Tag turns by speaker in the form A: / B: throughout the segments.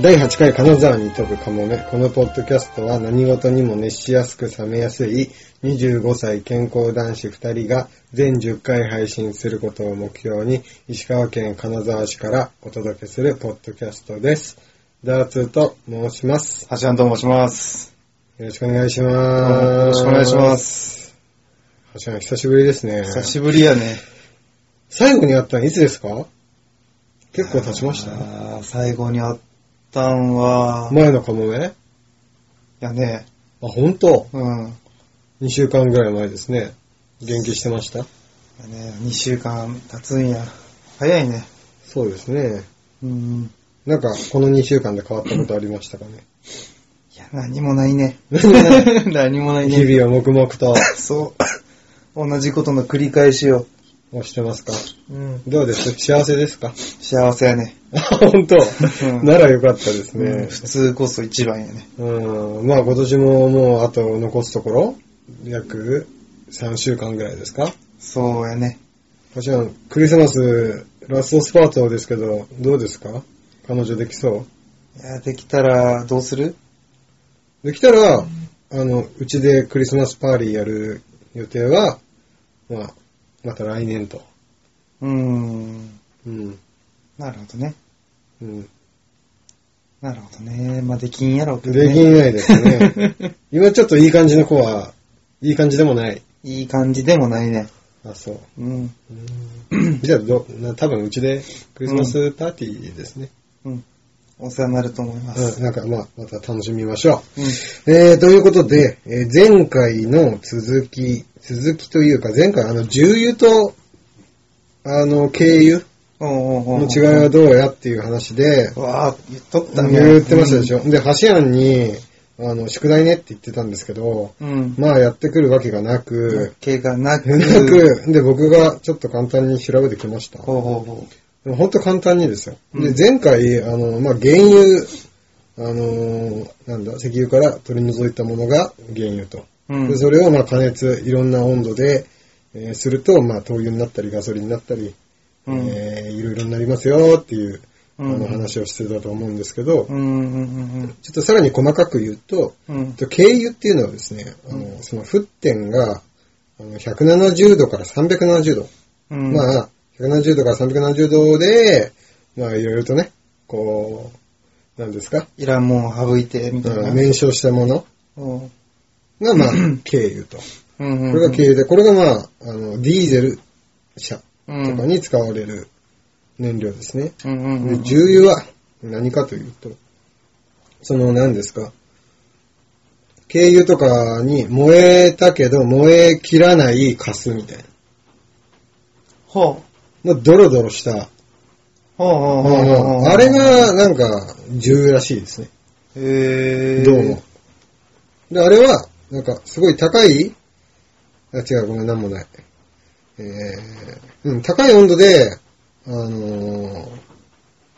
A: 第8回金沢に飛ぶカモメ。このポッドキャストは何事にも熱しやすく冷めやすい25歳健康男子2人が全10回配信することを目標に石川県金沢市からお届けするポッドキャストです。ダーツーと申します。
B: 橋ンと申します。
A: よろしくお願いし
B: どう
A: ま
B: も
A: す。。
B: よろしくお願いしますす。
A: 橋本久しぶりですね。
B: 久しぶりやね。
A: 最後に会ったのいつですか結構経ちました
B: あー最後に会ったんは、い
A: 前のカモメあ、
B: やね、
A: 本当
B: うん。い
A: ?2 週間ぐらい前ですね。元気してました
B: やね、2週間経つんや。早いね。
A: そうですね。
B: うん。
A: なんか、この2週間で変わったことありましたかね。
B: いや、 何もないね。何もないね。
A: 日々を黙々と
B: そう。同じことの繰り返しを。
A: 押してますか。
B: うん。
A: どうです幸せですか
B: 幸せやね。
A: あ、本当
B: うん
A: ならよかったです
B: うん
A: ね。
B: 普通こそ一番やね。
A: うん。まあ今年ももうあと残すところ、約3週間ぐらいですか。
B: そうやね。
A: もちろん、クリスマスラストスパートですけど、どうですか彼女できそ
B: いや、できたらどうする
A: うできたら、あの、うちでクリスマスパーリーやる予定は、まあ、また来年と。
B: うーん。
A: うん。
B: なるほどね。
A: うん。
B: なるほどね。まあ、できんやろうけどね。
A: できないですね。今ちょっといい感じの子は、いい感じでもない。
B: いい感じでもないね。
A: あ、そう。
B: うん。
A: じゃあど、な多分うちでクリスマスパーティーですね。
B: うん。お世話になると思いま
A: うん、
B: す。
A: なんかまあ、また楽しみましょ
B: うん。
A: う。えー、ということで、えー前回の続き、続きというか、前回あの、重油と、あの、軽油
B: おうおうおう
A: の違いはどうやっていう話で、
B: うわあ、言っとったね。
A: 言ってましたでしょ。で、橋庵に、あの、宿題ねって言ってたんですけど、
B: うん。うん。
A: まあやってくるわけがなく、
B: 経過なく。
A: 連絡、で、僕がちょっと簡単に調べてきました。
B: ほうほうほ
A: でも本当簡単にですよ。
B: う
A: で、
B: ん
A: 前回、あの、まあ、原油、あのーなんだ、石油から取り除いたものが原油と。
B: う。うん。
A: で、それをまあ加熱、いろんな温度で、えーすると、まあ、灯油になったり、ガソリンになったり、
B: うん。
A: えーいろいろになりますよっていう、あ
B: う
A: の、
B: ん
A: 話をしてたと思うんですけど、
B: うんうんうん
A: ちょっとさらに細かく言うと、
B: うん。うん。
A: と軽油っていうのはですね、あの、その沸点が、あの、170度から370度。
B: うん。あ、
A: まあ、170度から370度で、まあ、いろいろとね、こう、なんですか、
B: いらんもん省いて、みたいな。
A: 燃焼したもの
B: おう
A: が、まあ、軽油と。こ
B: うんうん。
A: れが軽油で、これがまあ、あの、ディーゼル車
B: う
A: と
B: ん
A: かに使われる燃料ですね。
B: うんうんう
A: で
B: ん。
A: 重油は何かというと、その何ですか、軽油とかに燃えたけど燃え切らないカスみたいな。
B: ほう。
A: まあドロドロした。
B: ほうほうほうほうほう。
A: あれ、がなんか重油らしいですね。
B: えー。
A: どうも。。で、あれは、なんか、すごい高い、あ、違う、ごめん、なんもない。えー、うん、高い温度で、あのー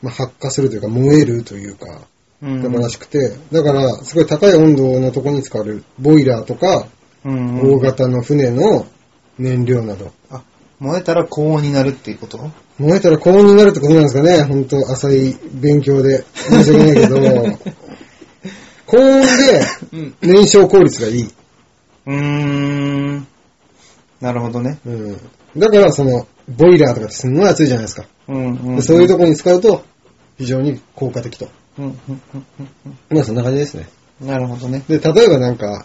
A: まあ、発火するというか、燃えるというか、
B: うん。
A: だからしくて、だから、すごい高い温度のとこに使われる、ボイラーとか、
B: うんう
A: 大
B: ん。
A: 型の船の燃料など。
B: あ、燃えたら高温になるっていうこと
A: 燃えたら高温になるってことなんですかね本当浅い勉強で。申し訳ないけど、 高温
B: うん
A: で燃焼効率がいい。
B: うーん。なるほどね。
A: うん。だから、その、ボイラーとかってすんごい熱いじゃないですか。
B: うんうん、うん。
A: そういうとこに使うと、非常に効果的と。
B: うんうんうんうん
A: まあ、そんな感じですね。
B: うん。なるほどね。
A: で、例えばなんか、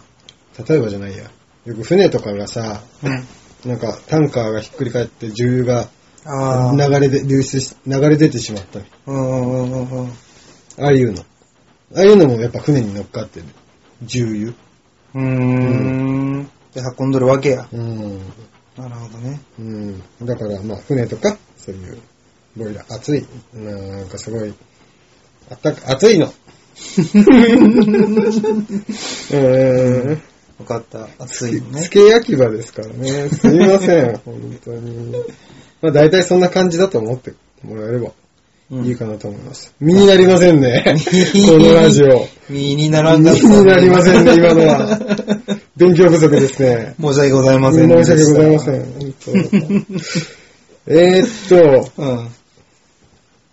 A: 例えばじゃないや。よく船とかがさ、
B: うん。
A: なんか、タンカーがひっくり返って、重油
B: ああ。
A: が流れで、流出し、流れ出てしまったり。
B: うんうんうんうん。
A: ああいうの。ああいうのもやっぱ船に乗っかってる。重
B: うーん。で、運んどるわけや。
A: 油。うん。
B: なるほどね。
A: うん。だから、まあ、船とか、そういう、ボイラー、熱い。なんかすごい、あったか、熱いの。 うん。
B: よかった。暑いのね
A: つ。け焼き場ですからね。すいません、本当に。まあ大体そんな感じだと思ってもらえれば
B: うん
A: いいかなと思います。身になりません ね。このラジオ。
B: 身にならん
A: 身
B: かった
A: になりませんね、今のは。勉強不足ですね。
B: 申し訳ございませ
A: 申
B: ん
A: し
B: で
A: 訳
B: した。
A: ございません。本当えーっと、
B: うん。うん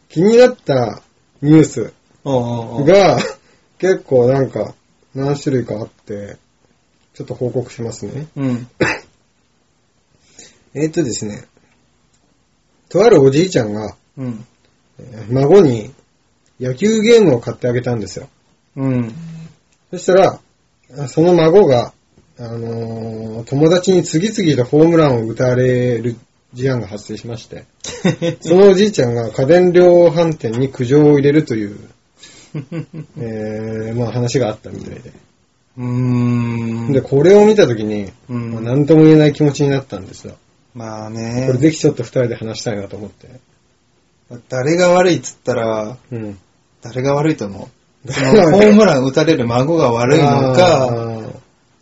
A: 気になったニュース
B: うんうん。
A: が、結構なんか、何種類かあって、ちょっと報告しますね。
B: うん。
A: えーっとですね、とあるおじいちゃんが、
B: うん。
A: えー孫に野球ゲームを買ってあげたんですよ。
B: うん。
A: そしたら、あその孫が、あのー友達に次々とホームランを打たれる事案が発生しまして、そのおじいちゃんが家電量販店に苦情を入れるという、えー、まあ話があったみたいで。
B: うーん。
A: で、これを見たときに、
B: う
A: まあ
B: ん。
A: 何とも言えない気持ちになったんですよ。
B: まあ
A: こ
B: ね
A: れ。ぜひちょっと二人で話したいなと思って。
B: 誰が悪いっつったら、
A: うん。
B: 誰が悪いと思 うそのホームラン打たれる孫が悪いのか、
A: あー、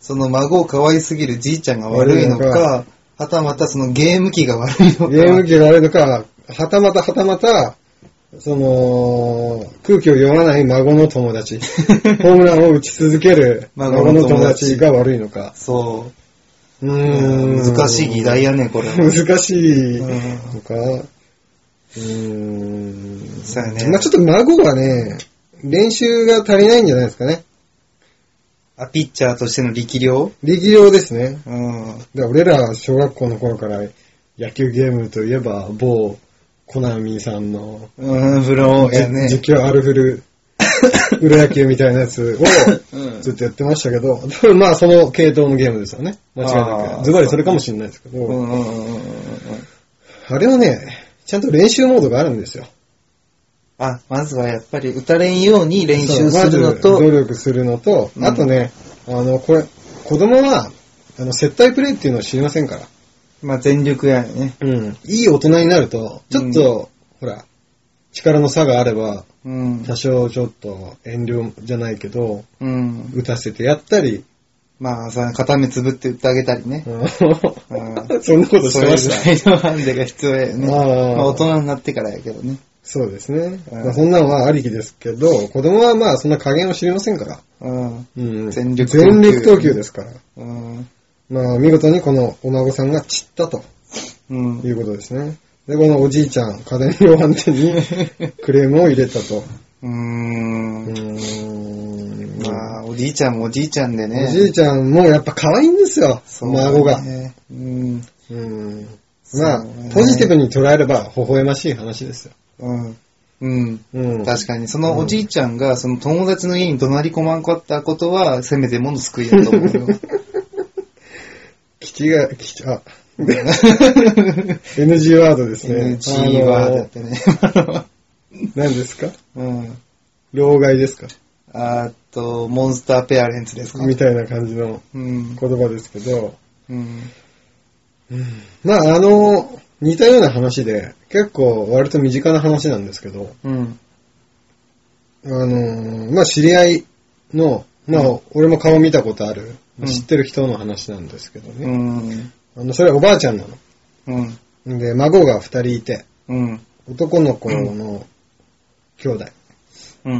B: その孫を可愛すぎるじいちゃんが悪いの
A: 悪いの
B: か、はたまたそのゲーム機が悪いのか。
A: ゲーム機が悪いのか、はたまたはたまた、その、空気を読まない孫の友 達、ホームランを打ち続ける
B: 孫
A: 孫
B: の
A: の
B: 友達
A: 友達が悪いのか。
B: そうう。
A: ーん。
B: 難しい議題やね、これ。
A: 難しい
B: うん
A: のか。うーん。
B: そうやね
A: まあちょっと孫はね、練習が足りないんじゃないですかね。
B: あ、ピッチャーとしての力量
A: 力量ですね。
B: うん。
A: で俺ら小学校の頃から野球ゲームといえば某コナミさんの
B: うん、ブローやね。
A: 実況アルフル、プロ野球みたいなやつ
B: う
A: を
B: ん
A: ずっとやってましたけど、 多分まあその系統のゲームですよね。間違いな
B: あー
A: く。ズバリそれかもしれないですけ
B: う
A: ど、
B: んうんうんうんうんうん。
A: あれはね、ちゃんと練習モードがあるんですよ。
B: あ、まずはやっぱり打たれんように練習するの
A: そうまず努
B: と、
A: 力するのと、
B: うん
A: あとね、あの、これ、子供は、あの、接待プレイっていうのを知りませんから。
B: まあ全力やね。
A: うん。いい大人になると、ちょっと、ほら、力の差があれば、
B: うん。
A: 多少ちょっと遠慮じゃないけど、
B: うん。
A: 打たせてやったり、
B: まあさ、片目つぶって打ってあげたりね。
A: うん
B: ん
A: そんなことし
B: そ
A: て
B: れ
A: まし
B: ぐ
A: た。
B: らいのハンデが必要やよね。
A: あー
B: まあ大人になってからやけどね。
A: そうですね。
B: うん
A: まあそんなんはありきですけど、子供はまあそんな加減を知りませんから。
B: うん。
A: うん
B: 全力投球
A: 全力投球ですから。
B: うん。
A: まあ見事にこのお孫さんが散ったと
B: うん
A: い。うことですね。で、このおじいちゃん、家電量販店 にクレームを入れたと。
B: う
A: う
B: ーん。
A: ーん。
B: まあ、おじいちゃんもおじいちゃんでね。
A: おじいちゃんもやっぱ可愛いんですよ、
B: そうね
A: 孫が。
B: うん。
A: うん。まあ
B: そうね、
A: ポジティブに捉えれば微笑ましい話ですよ。
B: うん。うん。
A: うん。
B: 確かに、そのおじいちゃんが、その友達の家に怒鳴り込まんかったことは、せめてもの救いだと 思うよ。
A: 基地が、基地、あ、NG ワードですね。
B: NG ワードだっ てね。
A: あの何ですか
B: うん。
A: 老害ですか
B: あと、モンスターペアレンツですか。
A: みたいな感じの
B: う
A: 言
B: ん。
A: 葉ですけど、
B: うん。
A: まあ、あの、似たような話で、結構割と身近な話なんですけど、
B: うん。
A: あの、まあ、知り合いの、まあ、俺も顔見たことある、
B: うん
A: 知ってる人の話なんですけど
B: う
A: ね。
B: ん。
A: あの、それはおばあちゃんな
B: うん。
A: の。で、孫が二人いて、
B: うん。
A: 男の子の兄弟。
B: う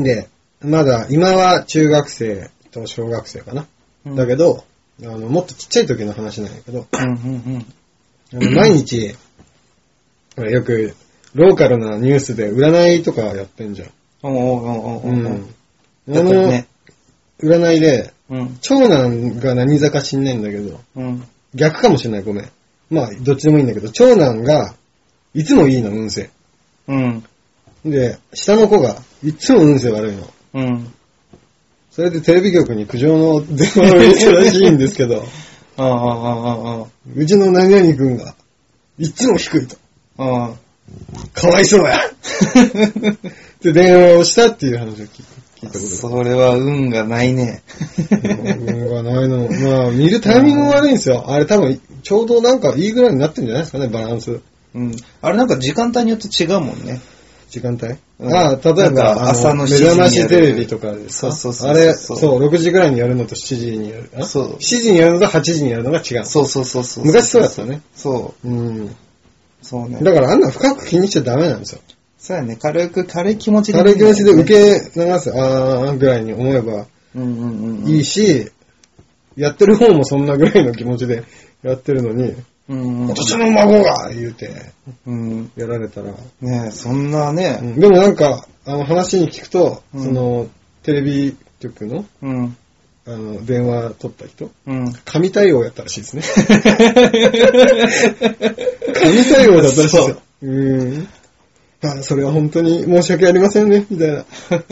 B: ん。
A: で、まだ、今は中学生と小学生かな。
B: うん。
A: だけ
B: ど、
A: ど、あの、もっとちっちゃい時の話なんやけど、
B: うんうん
A: あ の毎日、ほらよく、ローカルなニュースで占いとかやってんじゃん。
B: うん。おうおうおうおうおう。
A: うん。
B: だ
A: あ
B: か
A: の、
B: らね。
A: 占いで、
B: うん。
A: 長男が何座か知んないんだけど、
B: うん。
A: 逆かもしれない、ごめん。まあ、どっちでもいいんだけど、長男が、いつもいいの、運勢。
B: うん。
A: で、下の子が、いつも運勢悪いの。
B: うん。
A: それでテレビ局に苦情の電話を入れたらしいんですけど、
B: ああ、ああ、あ
A: うちの何々くんが、いつも低いと。
B: あ、ああ。
A: かわいそう やって電話をしたっていう話を聞い聞いたこと
B: それは運がないね。
A: が。運がないの。まあ、見るタイミングも悪いんですよ。あれ多分、ちょうどなんかいいぐらいになってるんじゃないですかね、バランス。
B: うん。あれなんか時間帯によって違うもんね。
A: 時間帯、
B: うん
A: ああ、例え
B: なんか
A: ば、あ
B: 朝の
A: 目
B: 7時にやる
A: 覚ましテレビとかですか
B: そうそうそうそう
A: あれ、そう、6時ぐらいにやるのと7時にやる。あ
B: そう
A: 7時にやるのと8時にやるのが違う。
B: そうそうそうそう。
A: 昔そうだったね。
B: そ
A: うん。
B: そうね。
A: だからあんな深く気にしちゃダメなんですよ。
B: そうやね。軽く、軽い気持ち
A: 軽い気持ちで受
B: け。
A: け流す、あーぐらいに思えば
B: うんうんうんうん。
A: いいし、やってる方もそんなぐらいの気持ちでやってるのに、
B: うんうん。
A: 私の孫が言うて、
B: うん。
A: やられたら。
B: ねえそんなね。
A: でもなんか、あの話に聞くと、
B: うん
A: その、テレビ局の、
B: うん。
A: あの、電話取った人、
B: うん。
A: 神対応やったらしいですね。神対応だったらしいですよ。うん。あ、それは本当に申し訳ありませんね、みたいな。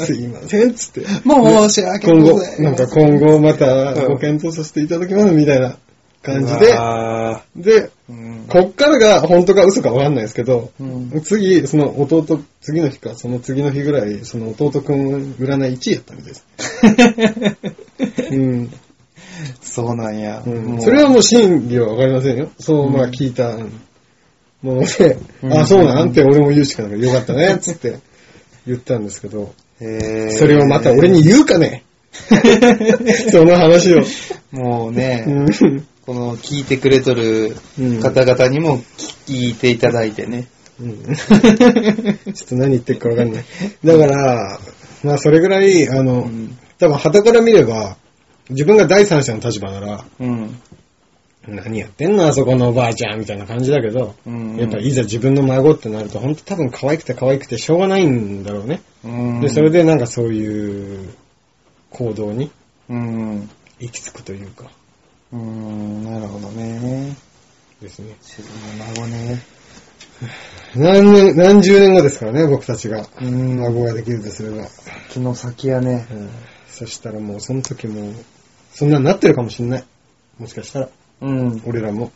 A: すいません、っつって。
B: もう申し訳
A: 今
B: ご
A: 後
B: ざいませ、ん
A: なんか今後また
B: うん
A: ご検討させていただきます、みたいな感じで。
B: あ
A: で、
B: うん。
A: こっからが本当か嘘かわかんないですけど、
B: うん
A: 次、その弟、次の日か、その次の日ぐらい、その弟くん占い1位やったみたいです。うん。
B: そうなんや。
A: うん
B: もう
A: それはもう真偽はわかりませんよ。そう、まあ聞いたもので、あ、そうなんって俺も言うしかなくて、よかったね、つって言ったんですけど、
B: へえ
A: それをまた俺に言うか ねその話を。
B: もうね、
A: うん
B: この聞いてくれとる
A: うん
B: 方々にも聞いていただいてね。
A: うんちょっと何言ってるかわかんない。だから、まあそれぐらい、あの、
B: うん
A: 多分旗から見れば、自分が第三者の立場なら、
B: うん。
A: 何やってんのあそこのおばあちゃんみたいな感じだけど、
B: うん
A: やっぱいざ自分の孫ってなると、本当多分可愛くて可愛くてしょうがないんだろうね。
B: うん。
A: で、それでなんかそういう行動に
B: うん。
A: 行き着くというか、
B: うん。なるほどね。
A: ですね。
B: 自分の孫ね。
A: 何年、何十年後ですからね、僕たちが。
B: うん
A: 孫ができるとすれば。
B: 気の先やね。
A: うんそしたらもうその時もう、そんなんなってるかもしんない。もしかしたら、
B: うん。
A: 俺らも。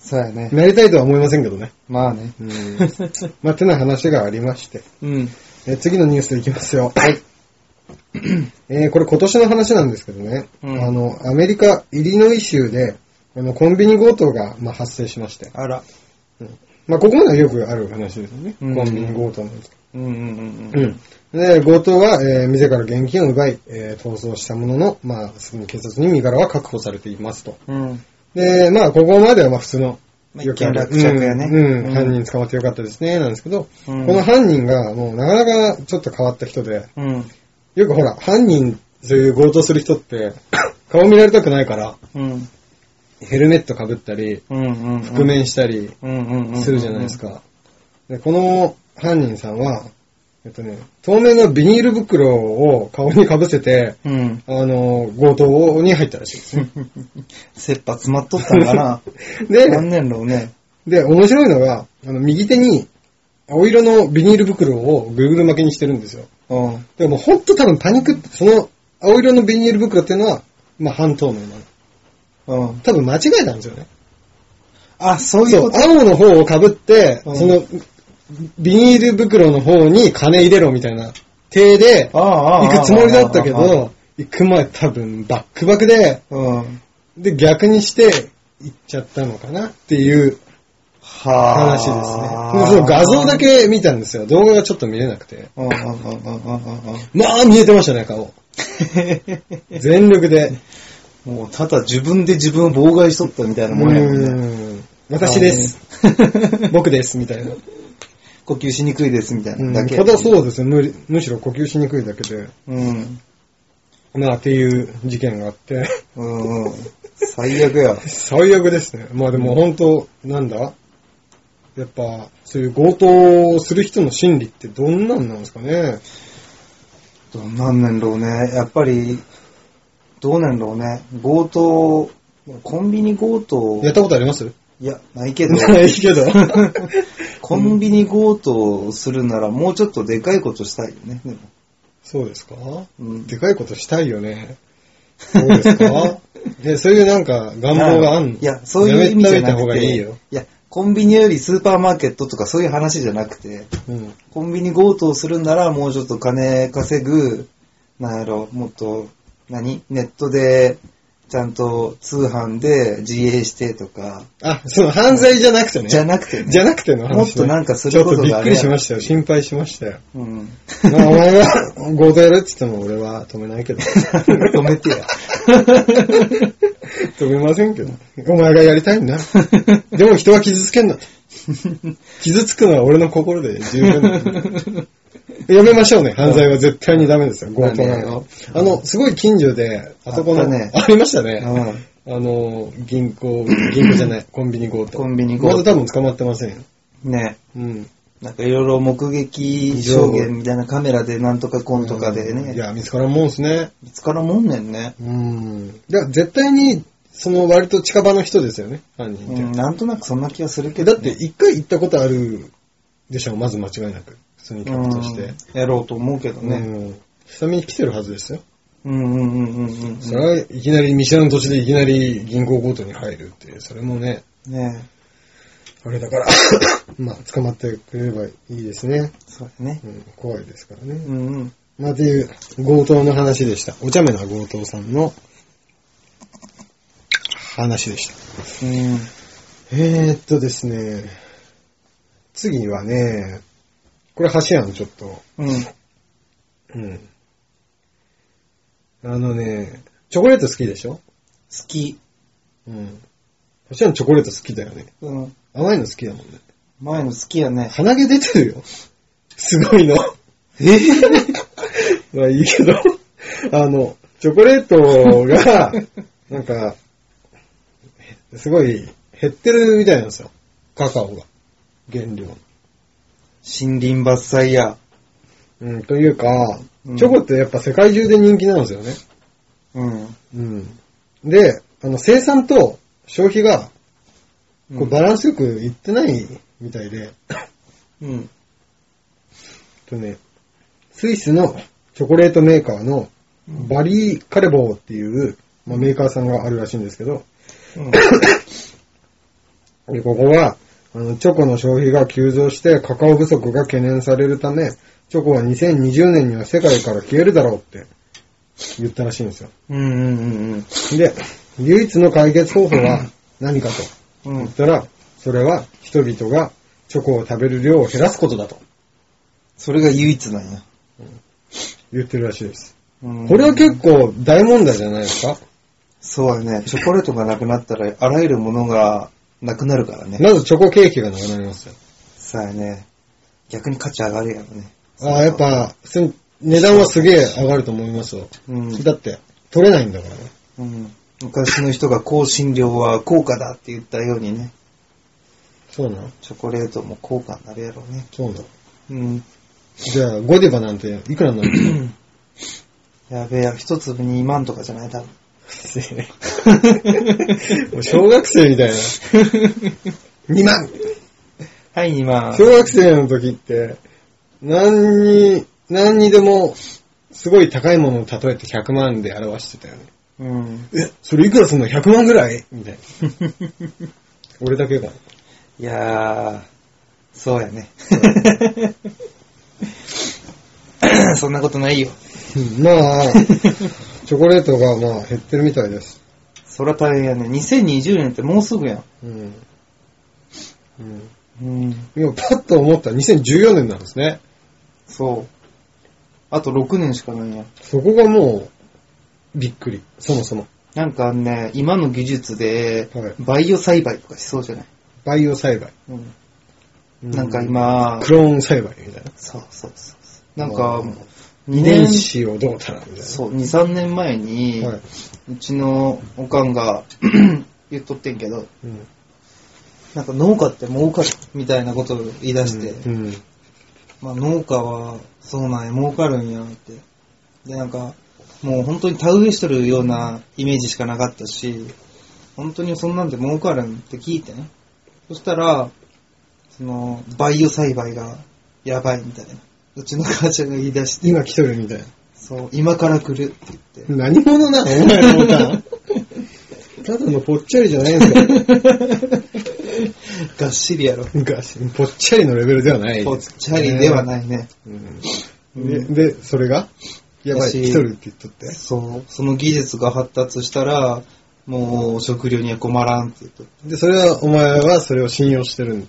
B: そうやね。
A: なりたいとは思いませんけどね。
B: まあね。
A: うん。 まあ、てな話がありまして。
B: うん。
A: え次のニュースいきますよ。
B: はい。
A: えーこれ今年の話なんですけどね。
B: うん
A: あの、アメリカ、イリノイ州で、あの、コンビニ強盗が、まあ、発生しまして。
B: あら。
A: まあ、ここまではよくある話ですよね。
B: うん
A: コンビニ強盗なんですけど。
B: うんうんうんうん。
A: うん。で、強盗は、えー店から現金を奪い、えー逃走したものの、まあ、すぐに警察に身柄は確保されていますと。
B: うん。
A: で、まあ、ここまではまあ普通の、
B: まあ一見落着やね。
A: うん、うん犯人捕まってよかったですね、なんですけど、
B: うん
A: この犯人が、もうなかなかちょっと変わった人で、
B: うん。
A: よくほら、犯人、そういう強盗する人って、 顔見られたくないから、
B: うん。
A: ヘルメット被ったり、
B: うんうん。
A: 覆。面したり
B: うんうんうん。
A: するじゃないです。か。で、この犯人さんは、えっとね、透明のビニール袋を顔に被せて、
B: うん。
A: あの、強盗に入ったらしいですね。
B: 切羽詰まっとったんか な。何
A: で、
B: 年ろうね。
A: で、面白いのが、あの、右手に、青色のビニール袋をぐるぐる巻きにしてるんですよ。
B: うん。
A: でもほんと多分パニックって、その青色のビニール袋っていうのは、まあ半透明なの。
B: うん。
A: 多分間違えたんですよね。
B: あ、そういう
A: そう
B: こ、と。
A: 青の方を被って、
B: うん
A: その、ビニール袋の方に金入れろみたいな、手で、
B: ああああ
A: 行くつもりだったけ
B: ああああ
A: ど、行く前多分バックバックで、
B: うん。
A: で逆にして、行っちゃったのかなっていう
B: はあ。
A: 話ですね。でその画像だ。け見たんですよ。動画がちょっと見れなくて。
B: うんうんうんうんうんうん
A: まあ見えてましたね、 顔。全力で。
B: うん。もうただ自分で自分を妨害しとったみたいなもんやもんね。
A: うん私です。僕です、みたいな。
B: 呼吸しにくいですみたいなだけ。
A: ただそうですねむりむしろ呼吸しにくいだけで。
B: うん。
A: まあっていう事件があって、
B: うんうん。最悪や。
A: 最悪ですね。まあでも本当、なんだやっぱ、そういう強盗をする人の心理ってどんなんなんですかね。
B: どうなんねんろうね。やっぱり、どうなんろうね。強盗、コンビニ強盗、
A: やったことあります
B: いや、ない けど、
A: ないけど。
B: コンビニ強盗をするならもうちょっとでかいことしたいよね。でも
A: そうですか
B: うん
A: でかいことしたいよね。そうです かえ、そういうなんか願望があんの
B: いや、そういう意味じゃ
A: やめてお
B: ない
A: た方
B: く
A: が
B: て、
A: いいよ。
B: や、コンビニよりスーパーマーケットとかそういう話じゃなくて、
A: うん。
B: コンビニ強盗するならもうちょっと金稼ぐ、なんやろ、もっと、何ネットで、ちゃんと通販で自営してとか、
A: あ、その犯罪じゃなくてね。
B: じゃなくてね。
A: じゃなくての話ね
B: もっとなんかすることがある
A: ちょっとびっくりしましたよ。心配しましたよ。
B: うん。
A: まあ、お前が強盗やるって言っても俺は止めないけど。
B: 止めてや。
A: 止めませんけど。お前がやりたいんだ。でも人は傷つけんな。傷つくのは俺の心で十分 だ。やめましょうね。犯罪は絶対にダメですよ。強盗な
B: ダメよ
A: の。あの、すごい近所で、あそこの、
B: あったね
A: ありましたね。
B: うん
A: あの、銀行、銀行じゃ ない、コンビニ強盗。
B: コンビニ強盗
A: まだ多分捕まってませんよ。
B: ね。
A: うん。
B: なんかいろいろ目撃証言みたいなカメラでなんとかコンとかで
A: うんい
B: ね。
A: や、見つからんもんですね。
B: 見つからんもんねんね。
A: うん。だから絶対に、その割と近場の人ですよね、犯人って。
B: うん、なんとなくそんな気はするけ
A: だ
B: ど
A: っ
B: ね、
A: て一回行ったことあるでしょ、まず間違いなく。普通に客として。
B: うんやろうと思うけど
A: う
B: ね。
A: ん。下見に来てるはずですよ。
B: うんうんうんうんうん。
A: それはいきなり、見知らぬ土地でいきなり銀行強盗に入るって、それもね、
B: ね
A: あれだから、 まあ、捕まってくれればいいですね。
B: そうだね
A: う。ん、怖いですからね。
B: うんうん。
A: まあ、っていう強盗の話でした。お茶目な強盗さんの話でした。
B: うん。
A: えー、っとですね、次はね、これ橋やん、ちょっと。
B: うん。
A: うん。あのね、チョコレート好きでしょ
B: 好き。
A: うん。橋やんチョコレート好きだよね。
B: うん。
A: 甘いの好きだもんね。
B: 前の好きやね。
A: 鼻毛出てるよ。すごいの。
B: ええ
A: まあいいけど、あの、チョコレート が、なんか、すごい減ってるみたいなんですよ。カカオが。原料。
B: 森林伐採や。
A: うん、というか
B: うん、
A: チョコってやっぱ世界中で人気なんですよね。
B: うん。
A: うん。で、あの、生産と消費が、こうバランスよくいってないみたいで、
B: うん。
A: とね、スイスのチョコレートメーカーのバリー・カレボーっていう、まあ、メーカーさんがあるらしいんですけど、
B: うん。
A: でここは、あの、チョコの消費が急増してカカオ不足が懸念されるため、チョコは2020年には世界から消えるだろうって言ったらしいんですよ。
B: うんうん
A: で、唯一の解決方法は何かと
B: うんうん。う
A: 言っ
B: ん。
A: たら、それは人々がチョコを食べる量を減らすことだと
B: それが唯一なんや。
A: 言ってるらしいです。
B: うん
A: これは結構大問題じゃないですか
B: そうやね。チョコレートがなくなったら、あらゆるものがなくなるからね。
A: まずチョコケーキがなくなりますよ。
B: そうやね。逆に価値上がるやろね。
A: ああ、やっぱ、普通に値段はすげえ上がると思いますよ。
B: うん。
A: だって、取れないんだからね。
B: うん。昔の人が香辛料は高価だって言ったようにね、
A: そうなの
B: チョコレートも高価になるやろうね。
A: そうなの
B: うん。
A: じゃあ、ゴディバなんていくらになる ん
B: やべえ、一粒に2万とかじゃない多 分。
A: ですかもう小学生みたい な。2万
B: はい、2万。
A: 小学生の時って、何に、何にでも、すごい高いものを例えて100万で表してたよね。
B: うん。
A: え、それいくらすんの ?100 万ぐらいみたいな。俺だけかな。
B: いやー、そうやね。 そんなことないよ。
A: うんまあ、チョコレートがまあ減ってるみたいです。
B: そら大変やね。2020年ってもうすぐやん。
A: うん。うん。
B: うん。
A: 今パッと思ったら2014年なんですね。
B: そう。あと6年しかないや。
A: そこがもう、びっくり。そもそも。
B: なんかね、今の技術で
A: はい、
B: バイオ栽培とかしそうじゃない、
A: バイオ栽培。
B: うん、
A: う
B: なんか、今、
A: クローン栽培みたいな。
B: そうそうそうそう。なんか、
A: うん
B: 2
A: 年
B: 年、
A: 子をどうたらみたいな。
B: そう、2、3年前に、
A: はいう
B: ちのおかんが 言っとってんけど、
A: うん。
B: なんか農家って儲かるみたいなことを言い出して、
A: うん。うん
B: まあ農家はそうなんや、儲かるんやって。で、なんか、もう本当に田植えしとるようなイメージしかなかったし、本当にそんなんで儲かるんって聞いてね。そしたら、その、バイオ栽培がやばいみたいな。うちの母ちゃんが言い出して、
A: 今来とるみたいな。
B: そう、今から来るって言って。
A: 何者なのお前のボタン。ただのぽっちゃりじゃないんですよ。
B: がっしりやろ。
A: 昔ぽっちゃりのレベルではない。。
B: ぽっちゃりではないいね。
A: で、でそれがやばい、
B: 私
A: 来とるって言っとって。
B: そう、その技術が発達したら、もう食料には困らんって言って。
A: で、それは、お前はそれを信用してるん。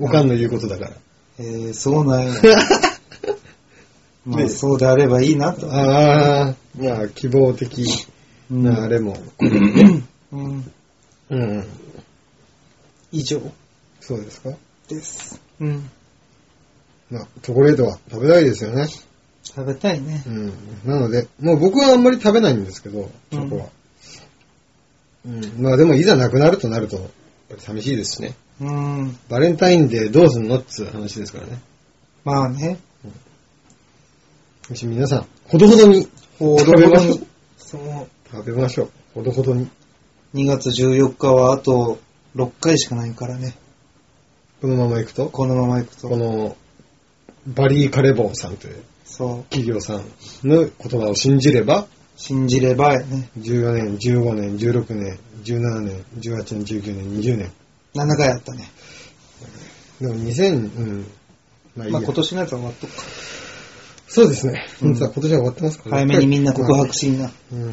A: おかんの言うことだから。
B: えー、そう なんや。まあ、
A: ね
B: そうであればいいなと。
A: ああ、まあ、希望的
B: うん
A: なあれも、
B: うん。
A: うん、
B: 以上
A: そうですか
B: です。うん。
A: まあ、チョコレートは食べたいですよね。
B: 食べたいね
A: う。ん。なので、もう僕はあんまり食べないんですけど、チョコは。うん。まあでも、いざなくなるとなると、やっぱり寂しいですしね。
B: うん。
A: バレンタインデーどうすんのっつう話ですからね。
B: まあね。
A: もし皆さん、ほどほどに、
B: ほど
A: 食べましょう。
B: その、
A: 食べましょう。ほどほどに。
B: 2月14日はあと6回しかないからね。
A: このまま行くと、
B: このままいく。
A: ことの、バリー・カレボーさんという
B: そう。
A: 企業さんの言葉を信じれば、
B: 信じればやね。
A: 14年、15年、16年、17年、18年、19年、20年。
B: 7回やったね。
A: でも2000、うん。まあいいや
B: まあ今年のやつは終わっとくか。
A: そうですね。
B: うん
A: 本当は今年は終わってますから
B: 早めにみんな告白しんな。
A: うん。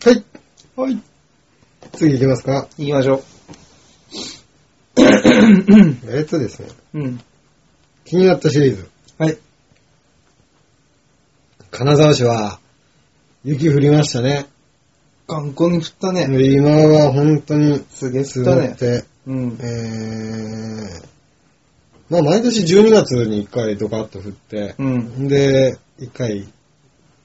A: はい。
B: はい。
A: 次行きますか。
B: 行きましょ
A: えっとですね。
B: う。うん。
A: 気になったシリーズ。
B: はい。
A: 金沢市は、雪降りましたね。
B: 頑固に振ったね。
A: 今は本当に、
B: すげえ
A: 積
B: 振っ
A: も
B: た
A: っ
B: ね。
A: て、
B: うん
A: え。ー、まあ毎年12月に1回ドカッと降って、
B: うん。
A: で、1回、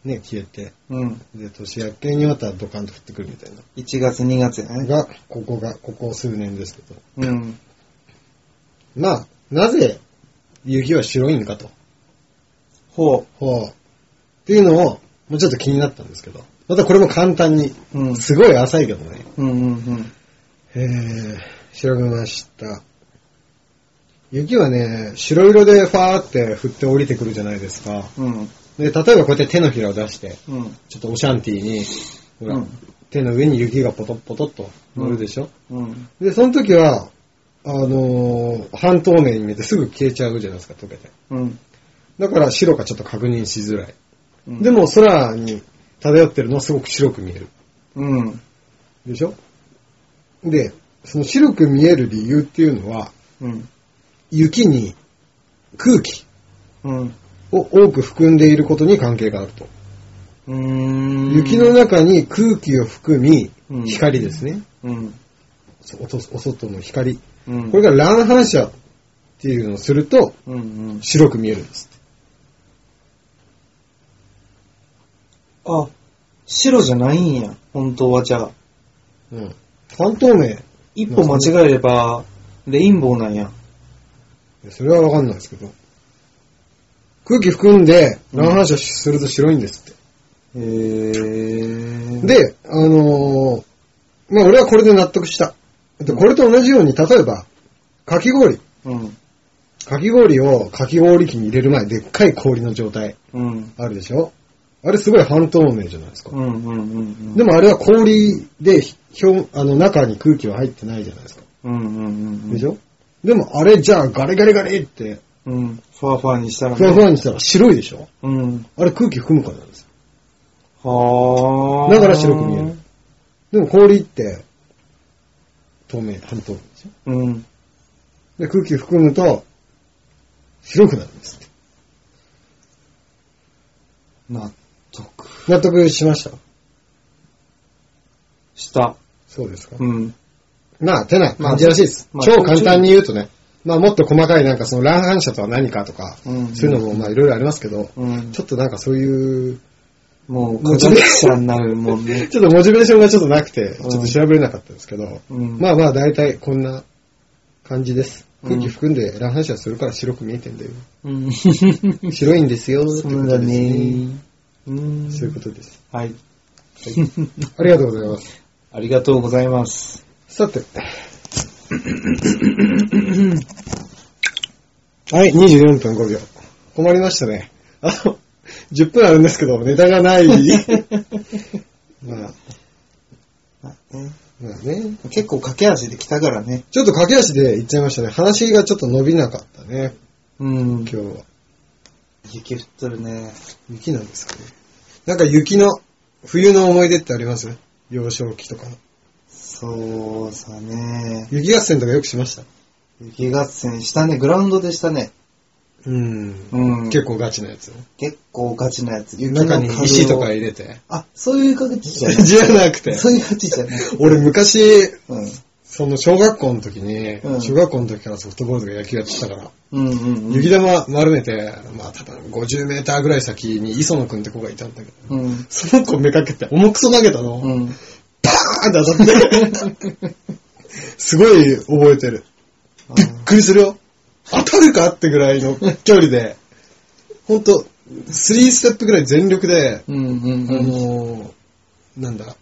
A: ね、消えて、
B: うん。
A: で、年明けにまたドカンと降ってくるみたいな。
B: 1月2月やね。
A: が、ここが、ここ数年ですけど。
B: うん。
A: まあ、なぜ雪は白いんかと。
B: ほ
A: ほう。っていうのを、もうちょっと気になったんですけど。またこれも簡単に。
B: う。うん。
A: すごい浅いけどね。
B: うんうん
A: えー、調べました。雪はね、白色でファーって降って降りてくるじゃないですか。
B: うん。うん。
A: で、例えばこうやって手のひらを出して、
B: うん。
A: ちょっとオシャンティーに、ほら、
B: うん
A: 手の上に雪がポトッポトッと乗るでしょ。
B: うん。
A: で、その時は、あのー半透明に見えてすぐ消えちゃうじゃないですか、溶けて。
B: うん。
A: だから白かちょっと確認しづらい。
B: うん
A: で、も空に漂ってるのはすごく白く見える。
B: うん。
A: でしょで、その白く見える理由っていうのは、
B: うん。
A: 雪に空気
B: うん。
A: を多く含んでいることに関係があると。
B: うーん。
A: 雪の中に空気を含み
B: う、ん
A: 光ですね。
B: うん。
A: おとお外の光。
B: うん。
A: これが乱反射っていうのをすると、
B: うんうん。
A: 白く見えるんです。
B: あ、白じゃないんや。本当はじゃあ。
A: うん。半透明。
B: 一歩間違えれば、レインボーなんや。
A: それはわかんないですけど。空気含んで乱反射すると白いんですって。
B: へー。、
A: で、あのーまあ、俺はこれで納得した。で、これと同じように、例えば、かき氷。
B: うん。
A: かき氷をかき氷機に入れる前、でっかい氷の状態
B: うん。
A: あるでしょあれすごい半透明じゃないですか。
B: うんうんうんうん。
A: でもあれは氷で、ひ表あの、中に空気は入ってないじゃないですか。
B: うんうんうん。
A: でしょでもあれじゃあガリガリガリって、
B: うん。ふわふわにしたら
A: ふわふわにしたら白いでしょ
B: うん。
A: あれ空気含むからなんですよ。
B: はー。
A: だから白く見える。でも氷って、透明、半透明でしょ
B: うん。
A: で、空気含むと、白くなるんですって。
B: 納得
A: 納得しました
B: した。
A: そうですか。
B: うん。
A: まあ、てな感じらしいです。
B: まあ
A: 超簡単に言うとね、まあもっと細かいなんかその乱反射とは何かとか、
B: うん。
A: そういうのもまあいろいろありますけど、
B: うん
A: ち。ょっとなんかそういう、
B: もう、科学者になるもん ね。
A: ちょっとモチベーションがちょっとなくて、ちょ
B: うん
A: っと調べれなかったですけど、
B: うん。
A: まあまあ大体こんな感じです。空
B: う
A: 気
B: ん
A: 含んで乱反射するから白く見えてんだよ。
B: うん。
A: 白いんですよ、って
B: そ
A: こと
B: う
A: で
B: だ
A: すね。
B: ね。うん。
A: そういうことです。
B: はい。
A: ありがとうございます。
B: ありがとうございます。
A: さて。はい、24分5秒。困りましたね。あの、10分あるんですけど、ネタが ない。まあ、まあね。
B: 結構駆け足で来たからね。
A: ちょっと駆け足で行っちゃいましたね。話がちょっと伸びなかったね、
B: うん
A: 今。日は。
B: 雪降っとるね。
A: 雪なんですかね。なんか雪の、冬の思い出ってあります幼少期とか。
B: そうさね。
A: 雪合戦とかよくしました。
B: 雪合戦したね。グラウンドでしたね。
A: うん。
B: うん。
A: 結構ガチなやつ。
B: 結構ガチなやつ。雪の
A: 中に
B: 壁を
A: 石とか入れて。
B: あ、そういうガチじゃない。
A: じゃなくて。
B: そういうガチじゃない。
A: 俺昔、
B: うん。
A: その小学校の時に、
B: うん
A: 小学校の時からソフトボールとか野球やってたから、
B: うんうんうん。
A: 雪玉丸めて、まあ多分50メーターぐらい先に磯野くんって子がいたんだけど、
B: うん。
A: その子めかけて、重くそ投げたの、
B: う
A: バーン
B: ん。
A: って当た って、すごい覚えてる。
B: あ
A: びっくりするよ。当たるかってぐらいの距離で、ほんと、3ステップぐらい全力で、
B: うんうん
A: あ
B: うん。
A: のー、なんだ、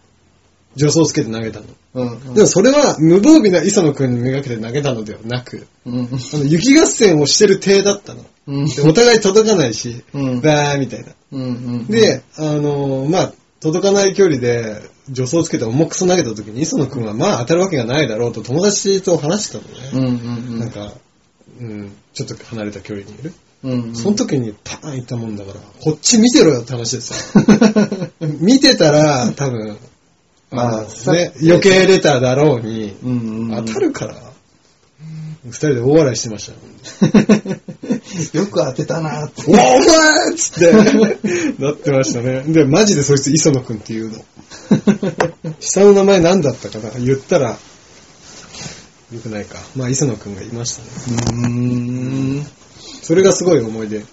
A: 助走つけて投げたの。
B: うんうん
A: でもそれは無防備な磯野くんにめがけて投げたのではなく、
B: うん
A: あの雪合戦をしてる体だったの。
B: うん
A: でお互い届かないし、
B: うん
A: バーみたいな。
B: うんうん。
A: で、あのーまあ、届かない距離で助走つけて重くそ投げた時に磯野くんはまあ当たるわけがないだろうと友達と話してたのね。
B: うんうんうん。
A: なんか、うん、ちょっと離れた距離にいる。
B: うんうん。
A: その時にパーン行ったもんだから、こっち見てろよって話ですよ。 見てたら、多分、
B: まあ
A: あのね、余計出ただろうに、
B: うんうんう
A: 当
B: ん。
A: たるから、二人で大笑いしてましたよ。
B: よく当てたなーって。
A: お前っつって、 なってましたね。で、マジでそいつ磯野くんって言うの。下の名前何だったかな言ったら、よくないか。まあ、磯野くんがいましたね。
B: うーん。
A: それがすごい思い 出。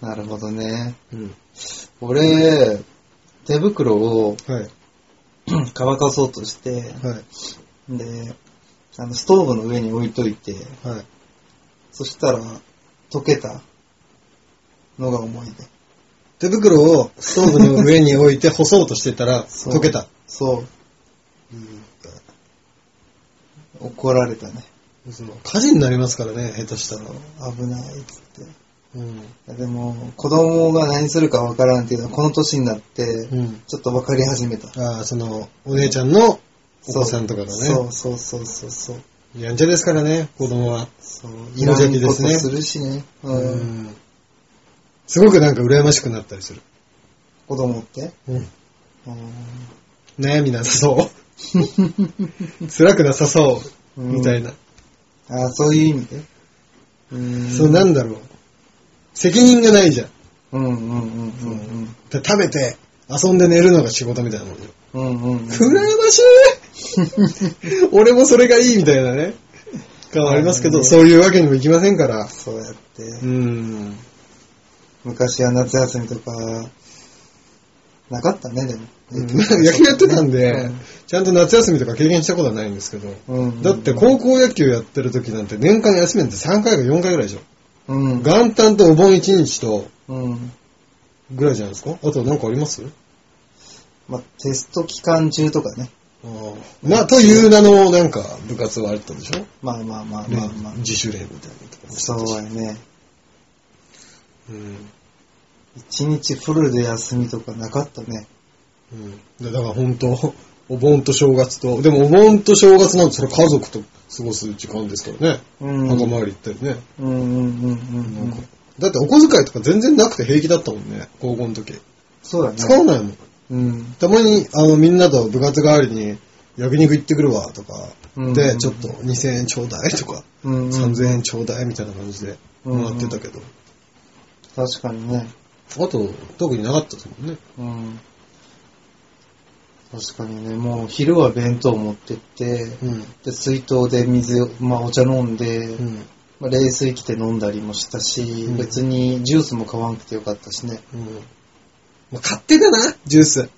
B: なるほどね。
A: うん。
B: 俺、手袋を
A: はい。
B: 乾かそうとして、
A: はい。
B: で、あの、ストーブの上に置いといて、
A: はい。
B: そしたら、溶けたのが思い
A: 手
B: 出。
A: 袋をストーブの上に置いて干そうとしてたら、
B: そう
A: 溶けた。。
B: そう。怒られたね。
A: その火事になりますからね、下手したら。
B: 危ないっつって。
A: うん。
B: でも、子供が何するかわからんっていうのは、この年になって、
A: うん。
B: ちょっとわかり始めた。
A: ああ、その、お姉ちゃんのお
B: そ
A: 子
B: う
A: さんとかがね。
B: そうそうそうそうそう。
A: やんちゃですからね、子供は。
B: そうい
A: 無
B: らん
A: 邪気
B: こ
A: で
B: と
A: すね
B: するしね。うん。
A: うんすごくなんか羨ましくなったりする。
B: 子供って。
A: うん。
B: うん。
A: 悩みなさ そう。辛くなさそう。
B: うん
A: みたいな。
B: あそういう意味で。うん。
A: そう、なんだろう。責任がないじゃん。
B: うんうんうんうん
A: だ食べて、遊んで寝るのが仕事みたいなもんよ。
B: うん。うんうんうん。
A: 羨ましい俺もそれがいいみたいなね。感はありますけ
B: う
A: ど、
B: ん
A: そういうわけにもいきませんから。
B: そうやって、
A: うん。
B: 昔は夏休みとか、なかったね、でも。
A: うん野球やってたんで
B: うん、
A: ちゃんと夏休みとか経験したことはないんですけど。
B: うんうん
A: だって高校野球やってる時なんて年間休みなんて3回か4回ぐらいでしょ。
B: うん。
A: 元旦とお盆1日と
B: うん。
A: ぐらいじゃないですかあとなんかあります
B: まあ、テスト期間中とかね。
A: な、という名のなんか部活はあったんでしょ
B: まあまあまあま
A: ま
B: あ
A: あ
B: ま
A: ま
B: あ
A: あ。自主練みたいなところ
B: そうやね。
A: うん。
B: 一日フルで休みとかなかったね。
A: うん。でだから本当お盆と正月と、でもお盆と正月なんてそれ家族と過ごす時間ですからね。
B: うん。
A: 墓参り行ったりね。
B: うんうんうんうん
A: なん
B: う
A: か
B: ん。
A: だってお小遣いとか全然なくて平気だったもんね、高校の時。
B: そうだね。
A: 使わないもん。
B: うん。
A: たまに、あの、みんなと部活代わりに、焼肉行ってくるわ、とか、
B: うん
A: で、ちょっと2000円ちょうだいとか、
B: うん、うん。
A: 3000円ちょうだいみたいな感じでもらってたけど、
B: 確かにね。
A: あと、特になかったですもんね。
B: うん。確かにね、もう昼は弁当持ってって、
A: うん。
B: で、水筒で水を、まあお茶飲んで、
A: うん。
B: まあ、冷水来て飲んだりもしたし、
A: うん
B: 別にジュースも買わんくてよかったしね。
A: うん。まあ、買ってたな、ジュー ス。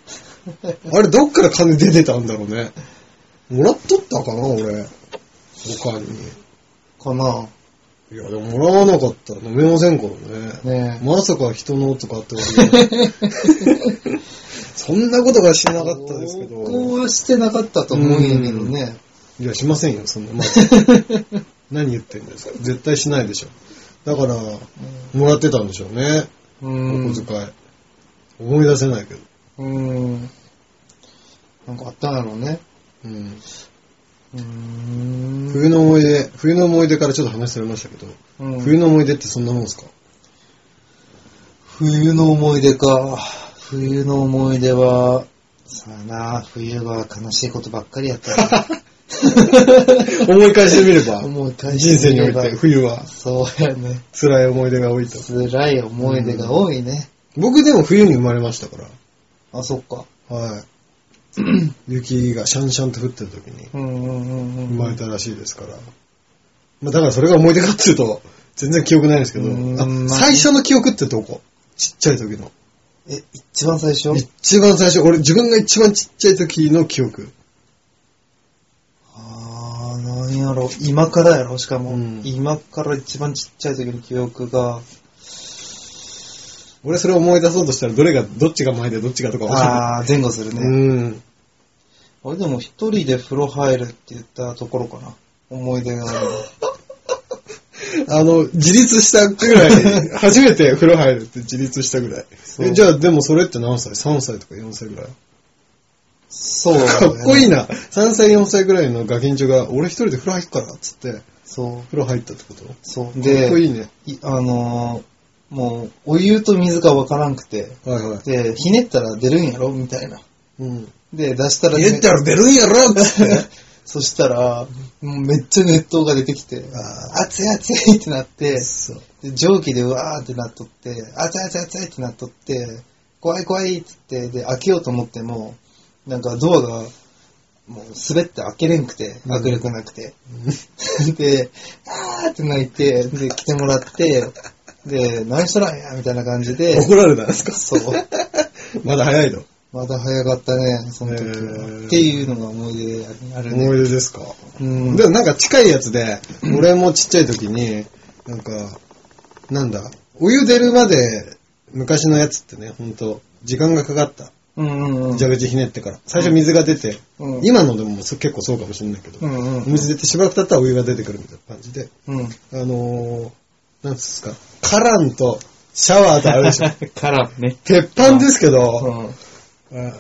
A: あれ、どっから金出てたんだろうね。もらっとったかな、俺。他に。
B: かな
A: はいや、でももらわなかったら飲めませんからね。
B: ねえ。
A: まさか人のとかってことで そんなことがしなかったですけ
B: 投稿
A: ど。
B: はしてなかったと思うんやけどね。
A: いや、しませんよ、そんな。まあ 何言ってんですか絶対しないでしょ。だから、もらってたんでしょうね。
B: う
A: お
B: ん。
A: 小遣い。思い出せないけど。
B: うん。なんかあったんやろうね。
A: うん、
B: うーん。
A: 冬の思い出、冬の思い出からちょっと話されましたけど、
B: うん
A: 冬の思い出ってそんなもんですか
B: 冬の思い出か。冬の思い出は、さあな、冬は悲しいことばっかりやったな。
A: 思い返してみれば、
B: 思い返
A: 人
B: して
A: 生
B: み
A: にお
B: れ
A: い
B: ば
A: て冬は
B: そうやね。
A: 辛い思い出が多いと。
B: 辛い思い出が多いね。
A: 僕でも冬に生まれましたから。
B: あ、そっか。
A: はい。雪がシャンシャンと降ってる時に
B: うんうんうんうん。
A: 生まれたらしいですから。まあだからそれが思い出かっていうと、全然記憶ないんですけど、
B: うん
A: あ
B: まあ
A: 最初の記憶ってどこちっちゃい時の。
B: え、一番最初
A: 一番最初、俺自分が一番ちっちゃい時の記憶。
B: あー、なんやろ。今からやろ、しかも。
A: うん
B: 今から一番ちっちゃい時の記憶が。
A: 俺それ思い出そうとしたらどれが、どっちが前でどっちがとか分か
B: あー、前後する
A: ん
B: ね。
A: ない。うん。
B: 俺でも一人で風呂入るって言ったところかな。思い出があるの。
A: あの、自立したぐら い、初めて風呂入るって自立したぐらい。
B: そう
A: えじゃあでもそれって何歳 ?3 歳とか4歳ぐらい
B: そう、
A: かっこいい
B: な。
A: な。3歳4歳ぐらいのガキンチョが、俺一人で風呂入っからっつって、
B: そう、
A: 風呂入ったってことか
B: そう。
A: っこ
B: で、
A: いいね。
B: いあのーもう、お湯と水がわからんくて、
A: はいはい。
B: で、ひねったら出るんやろみたいな。
A: うん。
B: で、出したら、
A: 入れたら出るんやろっつって。
B: そしたら、もうめっちゃ熱湯が出てきて、
A: あ
B: 熱い熱いってなって、
A: そう。
B: で蒸気でうわーってなっとって、熱い熱い熱いってなっとって、怖い怖いって言って、で、開けようと思っても、なんかドアが、もう滑って開けれんくて、
A: うん
B: 握力なくて。 で、あーって泣いて、で、来てもらって、で、何しとらんやみたいな感じ で、
A: 怒られたんですか
B: そう。
A: まだ早いと。
B: まだ早かったね、その時は。
A: へー
B: っていうのが思い出あるね。
A: 思い出ですか。
B: うん。
A: でもなんか近いやつで、俺もちっちゃい時に、なんか、なんだ、お湯出るまで昔のやつってね、ほんと、時間がかかった。
B: うんうんうん。
A: 蛇口ひねってから。最初水が出て、
B: うん
A: 今のでもそ結構そうかもしれないけど、
B: うんうんうん
A: 水出てしばらく経ったらお湯が出てくるみたいな感じで、
B: うん。
A: あのー、なんつうんですか、カランとシャワーとあるで しょ。
B: からね。
A: 鉄板ですけ
B: う
A: ど、
B: ん。
A: あー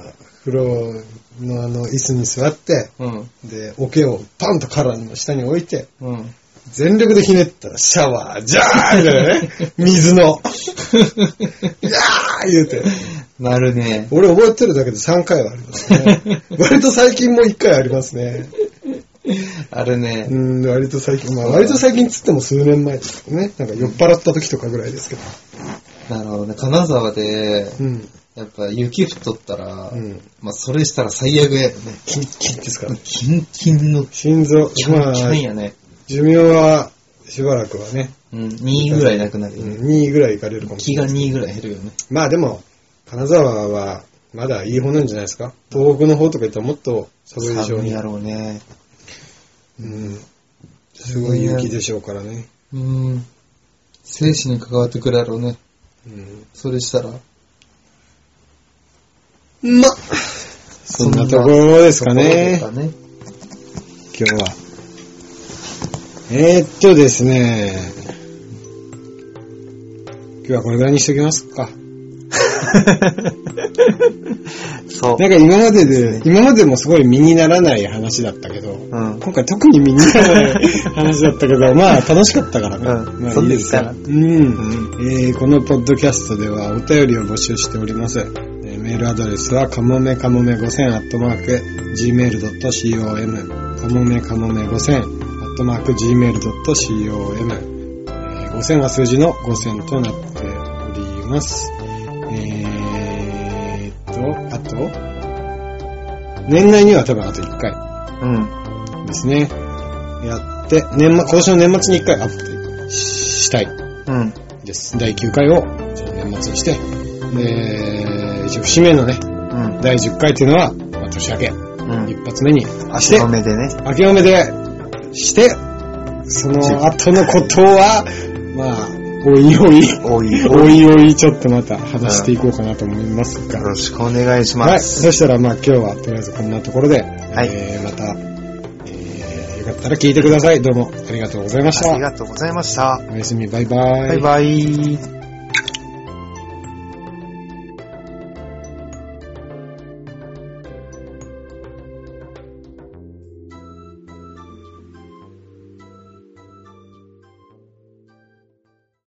A: 風呂のあの椅子に座って、
B: うん。
A: で、桶をパンとカランの下に置いて、
B: うん。
A: 全力でひねったらシャワー、じゃーみたいな ね。水の。いやー言うて。
B: なるね。
A: 俺覚えてるだけで3回はあります ね。割と最近も1回ありますね。
B: あるね。
A: うん、割と最近。まあ割と最近っつっても数年前ですけどね。なんか酔っ払った時とかぐらいですけど。
B: なるほどね。金沢で、
A: うん。
B: やっぱ雪降っとったら、
A: うん。
B: まあそれしたら最悪やよね。
A: キンキンですから。
B: キンキンのキ
A: 心臓、ま
B: ャン
A: あ
B: キャ、ンやね。
A: 寿命はしばらくはね、
B: うん、2ぐらいなくなるよね。
A: 2位ぐらいいかれるかもし
B: 気
A: れない。
B: が2ぐらい減るよね。
A: まあでも、金沢はまだいい方なんじゃないですか。東北の方とか行ったらもっと寒いでしょう
B: 寒い
A: ね
B: や。ろうね。
A: うん。すごい雪でしょうからね。
B: うん。生死に関わってくるやろうね。
A: うん。
B: それしたら。
A: まそんなところですかね
B: そ。んなところですかね
A: 今日は。えー、っとですね。今日はこれぐらいにしときますか。
B: そう。
A: なんか今までで、今までもすごい身にならない話だったけど、
B: うん。
A: 今回特に身にならない話だったけ ど、まあ楽しかったからね。
B: うん
A: まあ
B: そ
A: いい
B: ん
A: で
B: でいい
A: す
B: か
A: から。
B: な
A: うん、えーこのポッドキャストではお便りを募集しております。えーメールアドレスはかもめかもめ5000アットマーク gmail.com かもめかもめ5000アットマーク gmail.com、えー5000は数字の5000となっております。えーっと、あと、年内には多分あと1回。
B: うん。
A: ですね。やって、年末、今年の年末に一回アップしたい
B: うん。
A: です。第9回をじゃあ年末にして、で、一応節目のね、
B: うん。
A: 第10回っていうのは、まあ、年明け、
B: うん。
A: 一発目にして、
B: めでね。
A: 明けおめでして、その後のことは、まあ、おいお い、
B: おい
A: おいおい、ちょっとまた話していこうかなと思いますが、
B: しくお願いし
A: はい。。そしたら、まあ今日はとりあえずこんなところで、
B: い
A: えー、また、えー、よかったら聞いてください。どうもありがとうございました。
B: とうございました。
A: おやすみ、バイバイ。
B: バイ。